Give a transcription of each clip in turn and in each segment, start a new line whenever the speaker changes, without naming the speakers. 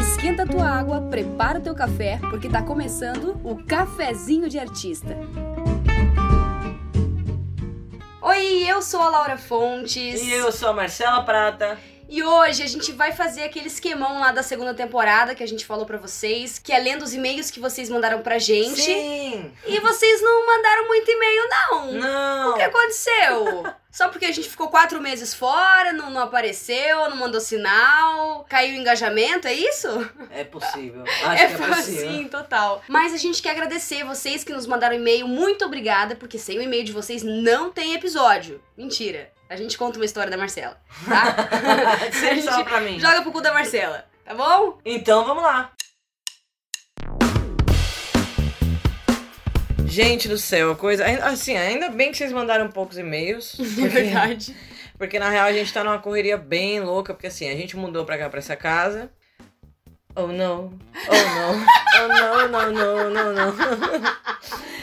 esquenta a tua água, prepara o teu café, porque tá começando o Cafezinho de Artista. Oi, eu sou a Laura Fontes.
E eu sou a Marcela Prata.
E hoje a gente vai fazer aquele esquemão lá da segunda temporada que a gente falou pra vocês, que é lendo os e-mails que vocês mandaram pra gente.
Sim!
E vocês não mandaram muito e-mail, não. O
Não!
que é aconteceu? Só porque a gente ficou quatro meses fora, não, não apareceu, não mandou sinal, caiu o engajamento, é isso?
É possível. Acho que é possível.
sim, total. Mas a gente quer agradecer vocês que nos mandaram e-mail, muito obrigada, porque sem o e-mail de vocês não tem episódio. Mentira. A gente conta uma história da Marcela, tá?
Sempre só pra mim.
Joga pro cu da Marcela, tá bom?
Então vamos lá. Gente do céu, coisa. ai- Assim, ainda bem que vocês mandaram poucos e-mails.
É verdade.
Porque na real a gente tá numa correria bem louca, porque assim, a gente mudou pra cá, pra essa casa. Oh não, oh não, oh não, não, não, não, não.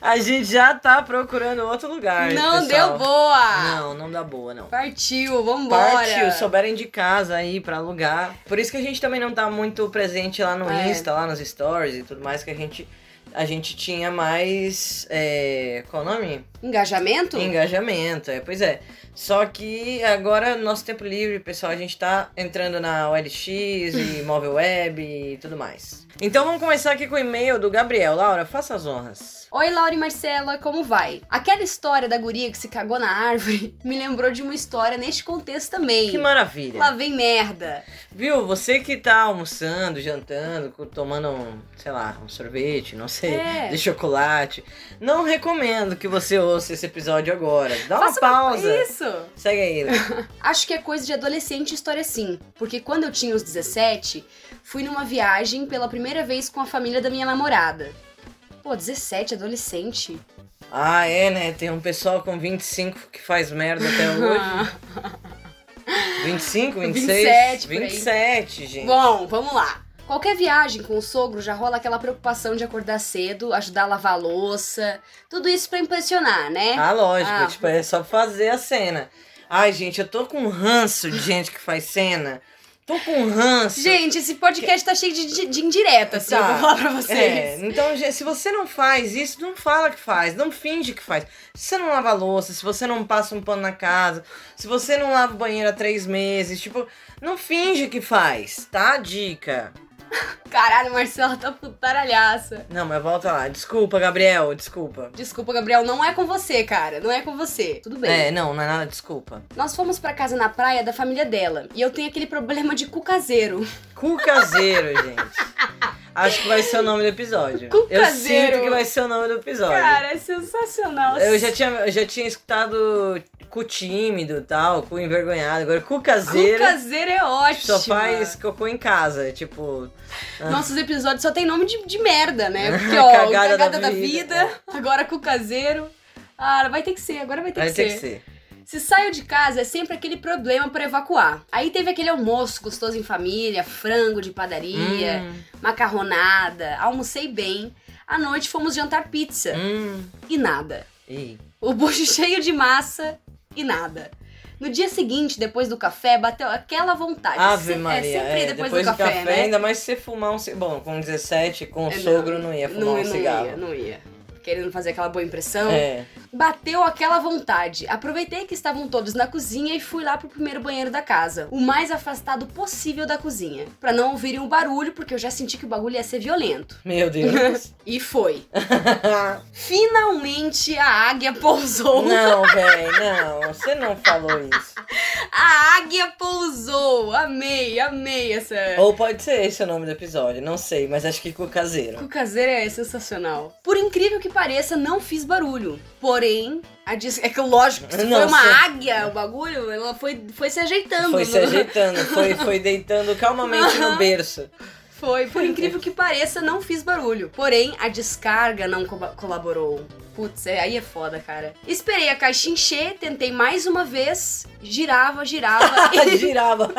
A gente já tá procurando outro lugar.
Não deu
pessoal.
boa!
Não, não dá boa, não.
Partiu, vambora!
Partiu, souberem de casa aí pra alugar. Por isso que a gente também não tá muito presente lá no
É.
Insta, lá nos stories e tudo mais, que a gente, a gente tinha mais. é, qual o nome?
Engajamento?
Engajamento, é, pois é. Só que agora, nosso tempo livre, pessoal, a gente tá entrando na OLX e móvel web e tudo mais. Então vamos começar aqui com o e-mail do Gabriel. Laura, faça as honras.
Oi, Laura e Marcela, como vai? Aquela história da guria que se cagou na árvore me lembrou de uma história neste contexto também.
Que maravilha.
Lá vem merda.
Viu, você que tá almoçando, jantando, co- tomando um, sei lá, um sorvete, não sei,
É.
de chocolate, não recomendo que você ouça esse episódio agora. Dá uma
Faça
pausa.
Isso!
Segue aí.
Acho que é coisa de adolescente história sim, porque quando eu tinha uns 17, fui numa viagem pela primeira vez com a família da minha namorada. Pô, 17, adolescente?
Ah, é, né? Tem um pessoal com 25 que faz merda até hoje. 25, 26,
27, por aí.
27, gente.
Bom, vamos lá. Qualquer viagem com o sogro já rola aquela preocupação de acordar cedo, ajudar a lavar a louça, tudo isso pra impressionar, né?
Ah, lógico,
Ah.
tipo, é só fazer a cena. Ai, gente, eu tô com ranço de gente que faz cena. Tô com ranço.
Gente, esse podcast tá cheio de, de, de indireta, assim, eu
Tá.
vou falar pra vocês.
É, então, gente, se você não faz isso, não fala que faz, não finge que faz. Se você não lava a louça, se você não passa um pano na casa, se você não lava o banheiro há três meses, tipo, não finge que faz, tá? Dica.
Caralho, Marcela tá putaralhaça.
Não, mas volta lá. Desculpa, Gabriel, desculpa.
Desculpa, Gabriel, não é com você, cara. Não é com você. Tudo bem.
É, não, não é nada, desculpa.
Nós fomos pra casa na praia da família dela. E eu tenho aquele problema de cu caseiro.
Cu caseiro, gente. Acho que vai ser o nome do episódio.
Cu
eu
caseiro.
sinto que vai ser o nome do episódio.
Cara, é sensacional.
eu já tinha, eu já tinha escutado cu tímido e tal, cu envergonhado. Agora, cu caseiro
Cu caseiro é ótimo.
só faz cocô em casa. Tipo,
Nossos episódios só tem nome de, de merda, né? Porque, ó,
É, Cagada
o
da
cagada da vida,
vida,
agora com o caseiro. Ah, vai ter que ser, agora vai ter
vai
que
ter
ser.
que ser.
Se saio de casa, é sempre aquele problema pra evacuar. Aí teve aquele almoço gostoso em família, frango de padaria,
Hum,
macarronada, almocei bem. À noite fomos jantar pizza
hum.
e nada.
Ih,
O bucho cheio de massa e nada. No dia seguinte, depois do café, bateu aquela vontade.
Ave
Se-
Maria.
É sempre
é,
depois,
depois
do café, né?
ainda mais se você fumar um cigarro. Bom, com 17, com o
É, não.
sogro, não ia fumar
Não,
um
não
cigarro.
ia, não ia. Querendo fazer aquela boa impressão.
É.
Bateu aquela vontade. Aproveitei que estavam todos na cozinha e fui lá pro primeiro banheiro da casa, o mais afastado possível da cozinha, Pra não ouvirem o barulho, porque eu já senti que o bagulho ia ser violento.
Meu Deus.
E foi. Finalmente a águia pousou.
Não, véi, não, você não falou isso.
A águia pousou. Amei, amei essa.
Ou pode ser esse o nome do episódio, não sei, mas acho que com o caseiro.
O caseiro é sensacional. Por incrível que pareça, não fiz barulho. Porém, a dis- é que lógico, se foi
Nossa.
uma águia o bagulho, ela foi, foi se ajeitando. né?
Foi se
no-
ajeitando, foi, foi deitando calmamente no berço.
Foi, por incrível que pareça, não fiz barulho. Porém, a descarga não co- colaborou. Putz, é- aí é foda, cara. Esperei a caixa encher, tentei mais uma vez, girava, girava e,
Girava.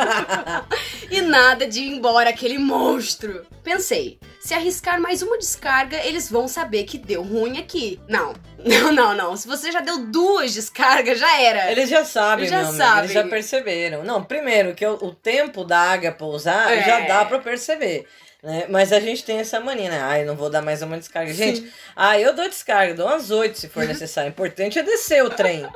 e nada de ir embora aquele monstro. Pensei, Se arriscar mais uma descarga, eles vão saber que deu ruim aqui. Não, não, não, não. Se você já deu duas descargas, já era.
Eles já sabem,
Eles já
meu amigo,
sabem.
Eles já perceberam. Não, primeiro, que o, o tempo da águia pousar
É.
já dá pra perceber. Né? Mas a gente tem essa mania, né? Ai, não vou dar mais uma descarga. Gente, ah, eu dou descarga, dou umas oito se for necessário. O importante é descer o trem.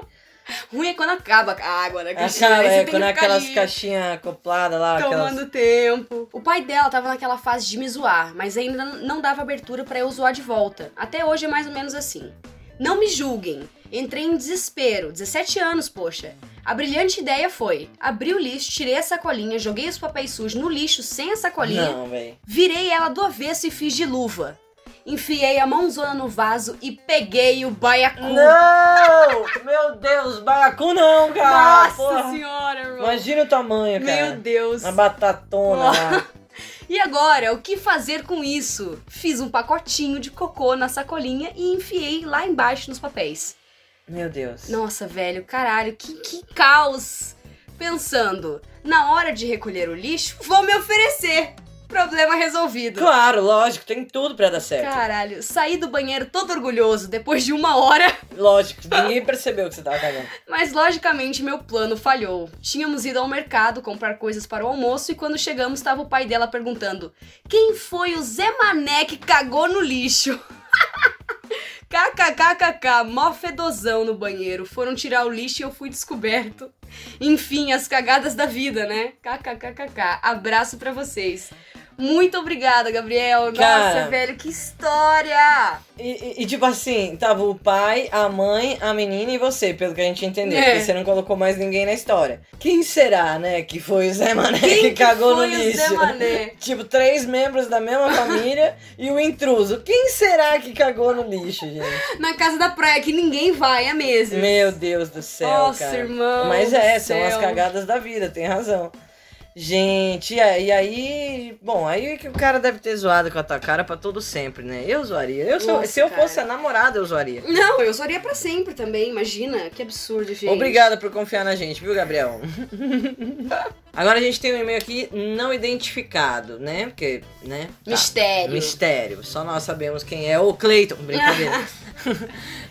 Ruim é quando acaba a água, né?
Achar,
Aí você
é,
tem que
quando
ficar
aquelas
ali.
caixinhas acopladas lá, aquelas.
Tomando tempo. O pai dela tava naquela fase de me zoar, mas ainda n- não dava abertura pra eu zoar de volta. Até hoje é mais ou menos assim. Não me julguem. Entrei em desespero. 17 anos, poxa. A brilhante ideia foi: abri o lixo, tirei a sacolinha, joguei os papéis sujos no lixo sem a sacolinha,
Não, velho.
virei ela do avesso e fiz de luva. Enfiei a mãozona no vaso e peguei o baiacu.
Não! Meu Deus, baracu não, cara!
Nossa
porra.
senhora, irmão.
Imagina o tamanho, cara.
Meu Deus.
Uma batatona lá.
E agora, o que fazer com isso? Fiz um pacotinho de cocô na sacolinha e enfiei lá embaixo nos papéis.
Meu Deus.
Nossa, velho, caralho, que, que caos! Pensando, na hora de recolher o lixo, vou me oferecer! Problema resolvido.
Claro, lógico, tem tudo pra dar certo.
Caralho, saí do banheiro todo orgulhoso depois de uma hora,
Lógico, ninguém percebeu que você tava cagando.
mas logicamente meu plano falhou. Tínhamos ido ao mercado comprar coisas para o almoço e quando chegamos estava o pai dela perguntando: Quem foi o Zé Mané que cagou no lixo? KKKKK, mó fedozão no banheiro. Foram tirar o lixo e eu fui descoberto. Enfim, as cagadas da vida, né? KKKKK, abraço pra vocês. Muito obrigada, Gabriel.
Cara.
Nossa, velho, que história!
E, e- e, tipo assim, tava o pai, a mãe, a menina e você, pelo que a gente entendeu.
É.
Porque você não colocou mais ninguém na história. Quem será, né, que foi o Zé Mané
Quem
que cagou
foi
no
o
lixo?
Zé Mané?
Tipo, três membros da mesma família e o intruso. Quem será que cagou no lixo, gente?
Na casa da praia que ninguém vai é há meses.
Meu Deus do céu,
Nossa,
cara.
irmão.
Mas
do
é, são
céu.
as cagadas da vida, tem razão. Gente, e aí- e aí. Bom, aí que o cara deve ter zoado com a tua cara pra todo sempre, né? Eu zoaria. Eu, sou-
Nossa,
se eu
cara.
fosse a namorada, eu zoaria.
Não, eu usaria pra sempre também, imagina. Que absurdo, gente.
Obrigada por confiar na gente, viu, Gabriel? Agora a gente tem um e-mail aqui não identificado, né? Porque, né? tá.
Mistério.
Mistério. Só nós sabemos quem é o Cleiton. Brincadeira.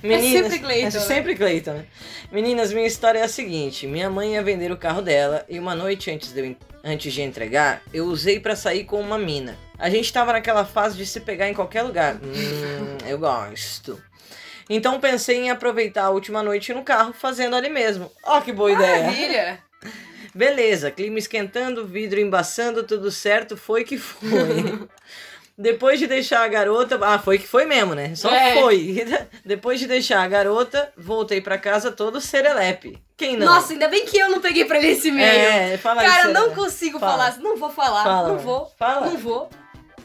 É sempre Cleiton,
É
né?
sempre Cleiton, né? Meninas, minha história é a seguinte: minha mãe ia vender o carro dela e uma noite antes de, eu en- antes de entregar, eu usei pra sair com uma mina. A gente tava naquela fase de se pegar em qualquer lugar. Hum, eu gosto. Então pensei em aproveitar a última noite no carro fazendo ali mesmo. Ó, que
Ah,
boa ideia!
Maravilha.
Beleza, clima esquentando, vidro embaçando, tudo certo, foi que foi. Depois de deixar a garota. Ah, foi que foi mesmo, né? Só
É.
foi. Depois de deixar a garota, voltei pra casa todo serelepe. Quem não?
Nossa, ainda bem que eu não peguei pra ler esse e-mail.
é, fala aí,
Cara, eu não
serelepe.
consigo
Fala.
falar. Não vou falar.
Fala,
não
mãe.
vou.
Fala.
Não vou.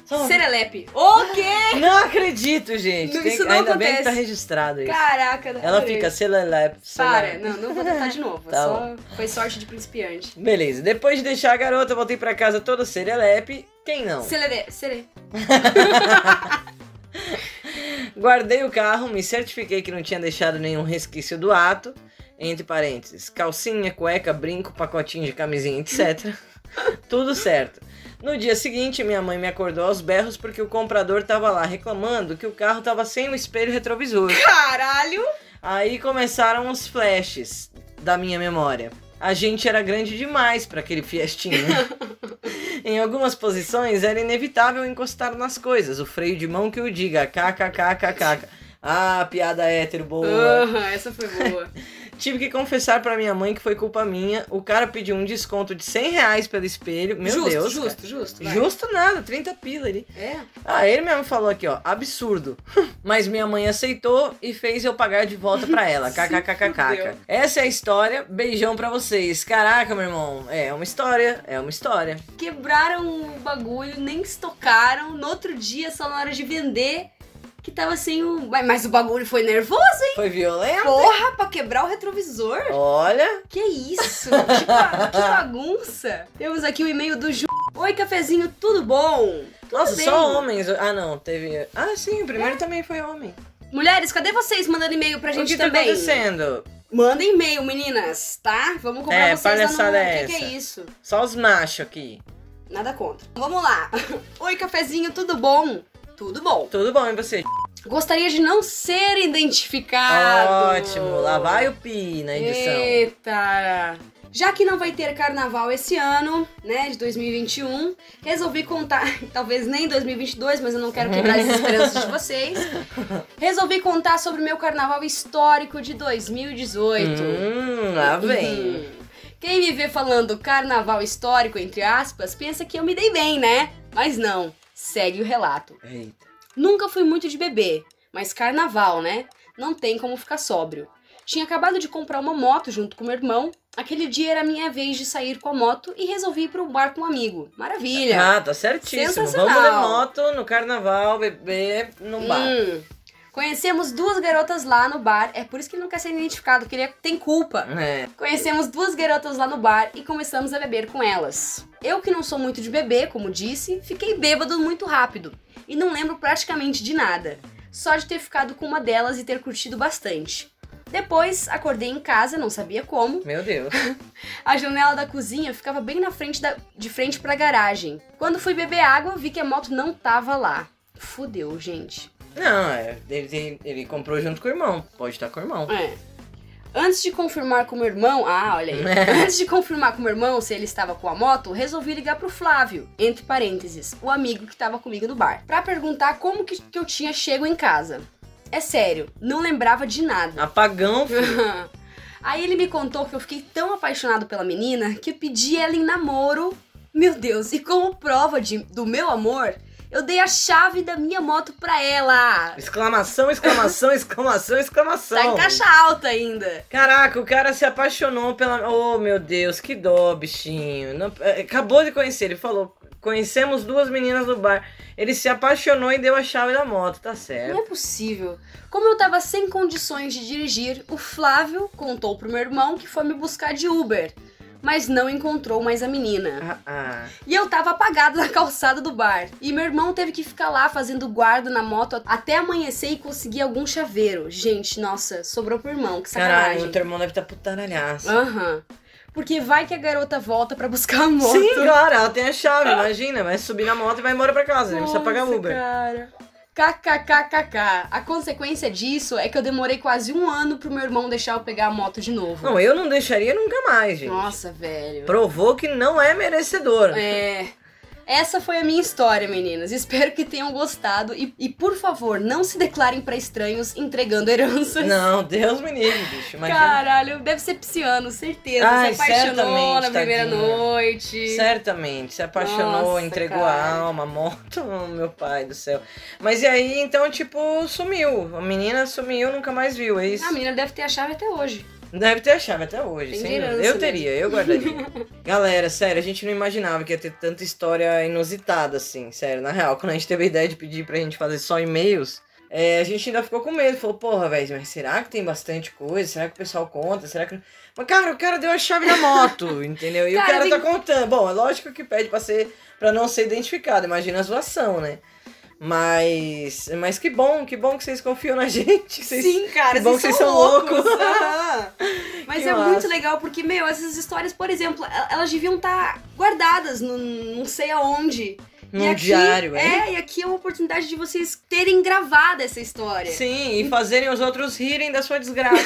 Só-
Serelepe. O quê?
Não acredito, gente.
Não,
Tem-
isso não
Ainda bem que
acontece.
tá registrado isso.
Caraca.
Ela
adorei.
fica serelepe.
Para.
serelepe.
Não, não vou tentar de novo.
Tá
Só foi sorte de principiante.
Beleza, depois de deixar a garota, voltei pra casa todo serelepe. Quem não?
Serele... Serele...
Guardei o carro, me certifiquei que não tinha deixado nenhum resquício do ato. Entre parênteses, calcinha, cueca, brinco, pacotinho de camisinha, etc. Tudo certo. No dia seguinte, minha mãe me acordou aos berros porque o comprador tava lá reclamando que o carro tava sem o espelho retrovisor.
Caralho.
Aí começaram os flashes da minha memória. A gente era grande demais para aquele fiestinho. em algumas posições era inevitável encostar nas coisas. O freio de mão que o diga. KKKKK. Ah, piada hétero boa.
Aham, essa foi boa.
Tive que confessar para minha mãe que foi culpa minha. O cara pediu um desconto de 100 reais pelo espelho. Meu
justo,
Deus.
Justo,
cara.
justo, vai.
Justo nada, 30 pila ali.
É.
Ah, ele mesmo falou aqui, ó, absurdo. Mas minha mãe aceitou e fez eu pagar de volta pra ela.
Se fudeu.
KKKKK. Essa é a história. Beijão pra vocês. Caraca, meu irmão, é uma história, é uma história.
Quebraram o bagulho, nem estocaram. No outro dia, só na hora de vender, que tava sem o. Mas- Mas o bagulho foi nervoso, hein?
Foi violento?
Porra, pra quebrar o retrovisor?
Olha,
Que isso? Que, ba- que bagunça! Temos aqui o e-mail do Ju. Oi, cafezinho, tudo bom? Tudo
nossa,
bem?
só homens. Ah, não, teve. Ah, sim, o primeiro também foi homem.
Mulheres, cadê vocês mandando e-mail pra
o
gente
que tá
também?
acontecendo?
Manda e-mail, meninas, tá? Vamos comprar
É,
vocês lá no...
palhaçada é
O que que é
essa?
isso?
Só os machos aqui.
Nada contra. Vamos lá. Oi, cafezinho, tudo bom? Tudo bom.
Tudo bom, e você?
Gostaria de não ser identificado.
Ah, Ótimo, lá vai o Pi na edição.
Eita! Já que não vai ter carnaval esse ano, né, de 2021, resolvi contar, talvez nem 2022, mas eu não quero quebrar as esperanças de vocês. Resolvi contar sobre o meu carnaval histórico de 2018.
Hum, lá vem.
Uhum. Quem me vê falando carnaval histórico, entre aspas, pensa que eu me dei bem, né? Mas não. Segue o relato.
Eita.
Nunca fui muito de beber, mas carnaval, né? Não tem como ficar sóbrio. Tinha acabado de comprar uma moto junto com meu irmão. Aquele dia era a minha vez de sair com a moto e resolvi ir para um bar com um amigo. Maravilha!
Ah, tá certíssimo.
Sensacional.
Vamos de moto no carnaval, beber num bar.
Hum. Conhecemos duas garotas lá no bar, é por isso que ele não quer ser identificado, que ele é- tem culpa.
É.
Conhecemos duas garotas lá no bar e começamos a beber com elas. Eu, que não sou muito de beber, como disse, fiquei bêbado muito rápido e não lembro praticamente de nada, só de ter ficado com uma delas e ter curtido bastante. Depois, acordei em casa, não sabia como.
Meu Deus.
A janela da cozinha ficava bem na frente da, de frente pra garagem. Quando fui beber água, vi que a moto não tava lá. Fudeu, gente.
Não, é, ele, ele- ele comprou junto com o irmão. Pode estar com o irmão.
É. Antes de confirmar com o meu irmão, ah, olha aí. Antes de confirmar com o meu irmão se ele estava com a moto, resolvi ligar pro Flávio, entre parênteses, o amigo que estava comigo no bar, pra perguntar como que, que eu tinha chego em casa. É sério, não lembrava de nada.
Apagão, filho.
Aí ele me contou que eu fiquei tão apaixonado pela menina que eu pedi ela em namoro. Meu Deus, e como prova de- do meu amor, eu dei a chave da minha moto pra ela.
Exclamação, exclamação, exclamação, exclamação.
Tá em caixa alta ainda.
Caraca, o cara se apaixonou pela. Oh, meu Deus, que dó, bichinho. Não- é, Acabou de conhecer, ele falou. Conhecemos duas meninas no bar. Ele se apaixonou e deu a chave da moto, tá certo.
Não é possível. Como eu tava sem condições de dirigir, o Flávio contou pro meu irmão que foi me buscar de Uber, mas não encontrou mais a menina.
Ah, ah.
E eu tava apagado na calçada do bar. E meu irmão teve que ficar lá fazendo guarda na moto até amanhecer e conseguir algum chaveiro. Gente, nossa, sobrou pro irmão, que
Caralho, o
sacanagem.
teu irmão deve tá estar putaralhaço.
Aham. Porque vai que a garota volta pra buscar a moto. Ah.
Sim, claro, ela tem a chave, imagina. Vai subir na moto e vai embora pra casa. Ele precisa pagar
Nossa,
Uber.
Cara. KKKKK. A consequência disso é que eu demorei quase um ano pro meu irmão deixar eu pegar a moto de novo.
Não, eu não deixaria nunca mais, gente.
Nossa, velho.
Provou que não é merecedor.
É. Essa foi a minha história, meninas. Espero que tenham gostado. E, e, por favor, não se declarem pra estranhos entregando heranças.
Não, Deus me livre, bicho. Imagina.
Caralho, deve ser pisciano, certeza.
Ai,
se apaixonou na
certamente,
primeira
tadinha.
noite.
Certamente, se apaixonou,
Nossa,
entregou
cara.
a alma, morto, oh, meu pai do céu. Mas e aí, então, tipo, sumiu. A menina sumiu, nunca mais viu, é isso?
A menina deve ter a chave até hoje.
Deve ter a chave até hoje,
Tem
sem dúvida.
herança,
Eu
né?
teria, eu guardaria. Galera, sério, a gente não imaginava que ia ter tanta história inusitada, assim, sério. Na real, quando a gente teve a ideia de pedir pra gente fazer só e-mails, é, a gente ainda ficou com medo. Falou, porra, velho, mas será que tem bastante coisa? Será que o pessoal conta? Será que. Mas, cara, o cara deu a chave da moto, entendeu? E
Cara,
o cara tá contando. Bom, é lógico que pede pra, ser, pra não ser identificado, imagina a zoação, né? Mas. Mas que bom, que bom que vocês confiam na gente. que vocês-
Sim, cara,
que bom que vocês são loucos.
Aham. Mas
Que
é
massa.
muito legal porque, meu, essas histórias, por exemplo, el- elas deviam estar guardadas num não sei aonde.
Num
E aqui-
diário, é.
É, e aqui é uma oportunidade de vocês terem gravado essa história.
Sim, e fazerem os outros rirem da sua desgraça.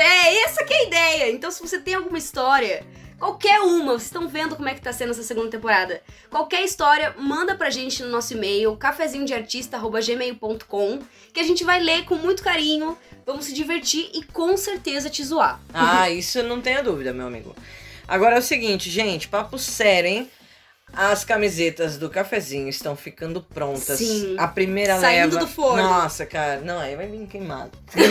é, essa que é a ideia. Então, se você tem alguma história, qualquer uma, vocês estão vendo como é que tá sendo essa segunda temporada. Qualquer história, manda pra gente no nosso e-mail, cafezinhodeartista.gmail.com, que a gente vai ler com muito carinho, vamos se divertir e com certeza te zoar.
ah, isso não tenha dúvida, meu amigo. Agora é o seguinte, gente, papo sério, hein? As camisetas do cafezinho estão ficando prontas.
Sim.
A primeira
Saindo
leva.
do forno.
Nossa, cara. Não, aí vai vir queimado.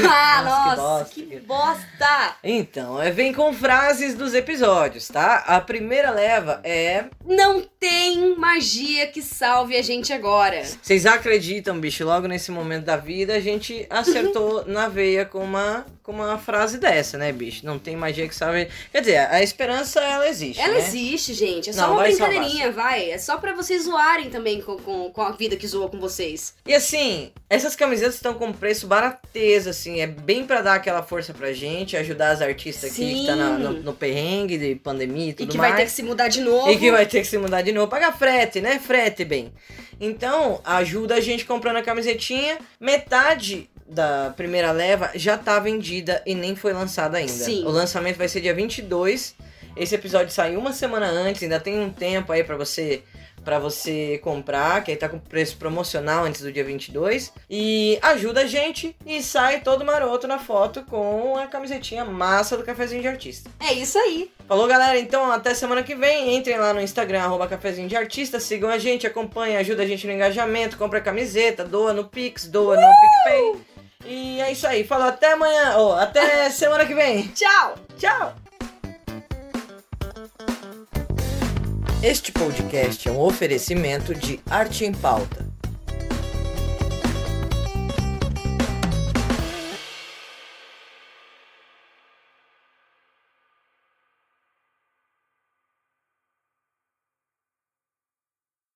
ah, nossa,
Nossa, que
que bosta!
Então, é, vem com frases dos episódios, tá? A primeira leva é.
Não tem magia que salve a gente agora.
Vocês acreditam, bicho? Logo nesse momento da vida, a gente
Uhum.
acertou na veia com uma, com uma frase dessa, né, bicho? Não tem magia que salve. Quer dizer, a esperança, ela existe.
Ela
né?
existe, gente. É só
Não,
uma
vai salvar,
brincadeirinha. zoeira, vai. É só pra vocês zoarem também com, com, com a vida que zoa com vocês.
E assim, essas camisetas estão com preço barateza, assim, é bem pra dar aquela força pra gente, ajudar as artistas aqui que
Sim.
tá na- no, no perrengue de pandemia e
E
tudo
que
mais.
vai ter que se mudar de novo.
E que vai ter que se mudar de novo. Pagar frete, né? Frete, bem. Então, ajuda a gente comprando a camisetinha. Metade da primeira leva já tá vendida e nem foi lançada ainda.
Sim.
O lançamento vai ser dia 22. Esse episódio saiu uma semana antes, ainda tem um tempo aí pra você para você comprar, que aí tá com preço promocional antes do dia 22. E ajuda a gente e sai todo maroto na foto com a camisetinha massa do cafezinho de artista.
É isso aí.
Falou, galera. Então, até semana que vem. Entrem lá no Instagram, arroba cafezinho de artista. Sigam a gente, acompanhem, ajuda a gente no engajamento. Compra camiseta, doa no Pix, doa no PicPay. E é isso aí. Falou, até amanhã. Ou até semana que vem.
Tchau!
Tchau! Este podcast é um oferecimento de Arte em Pauta.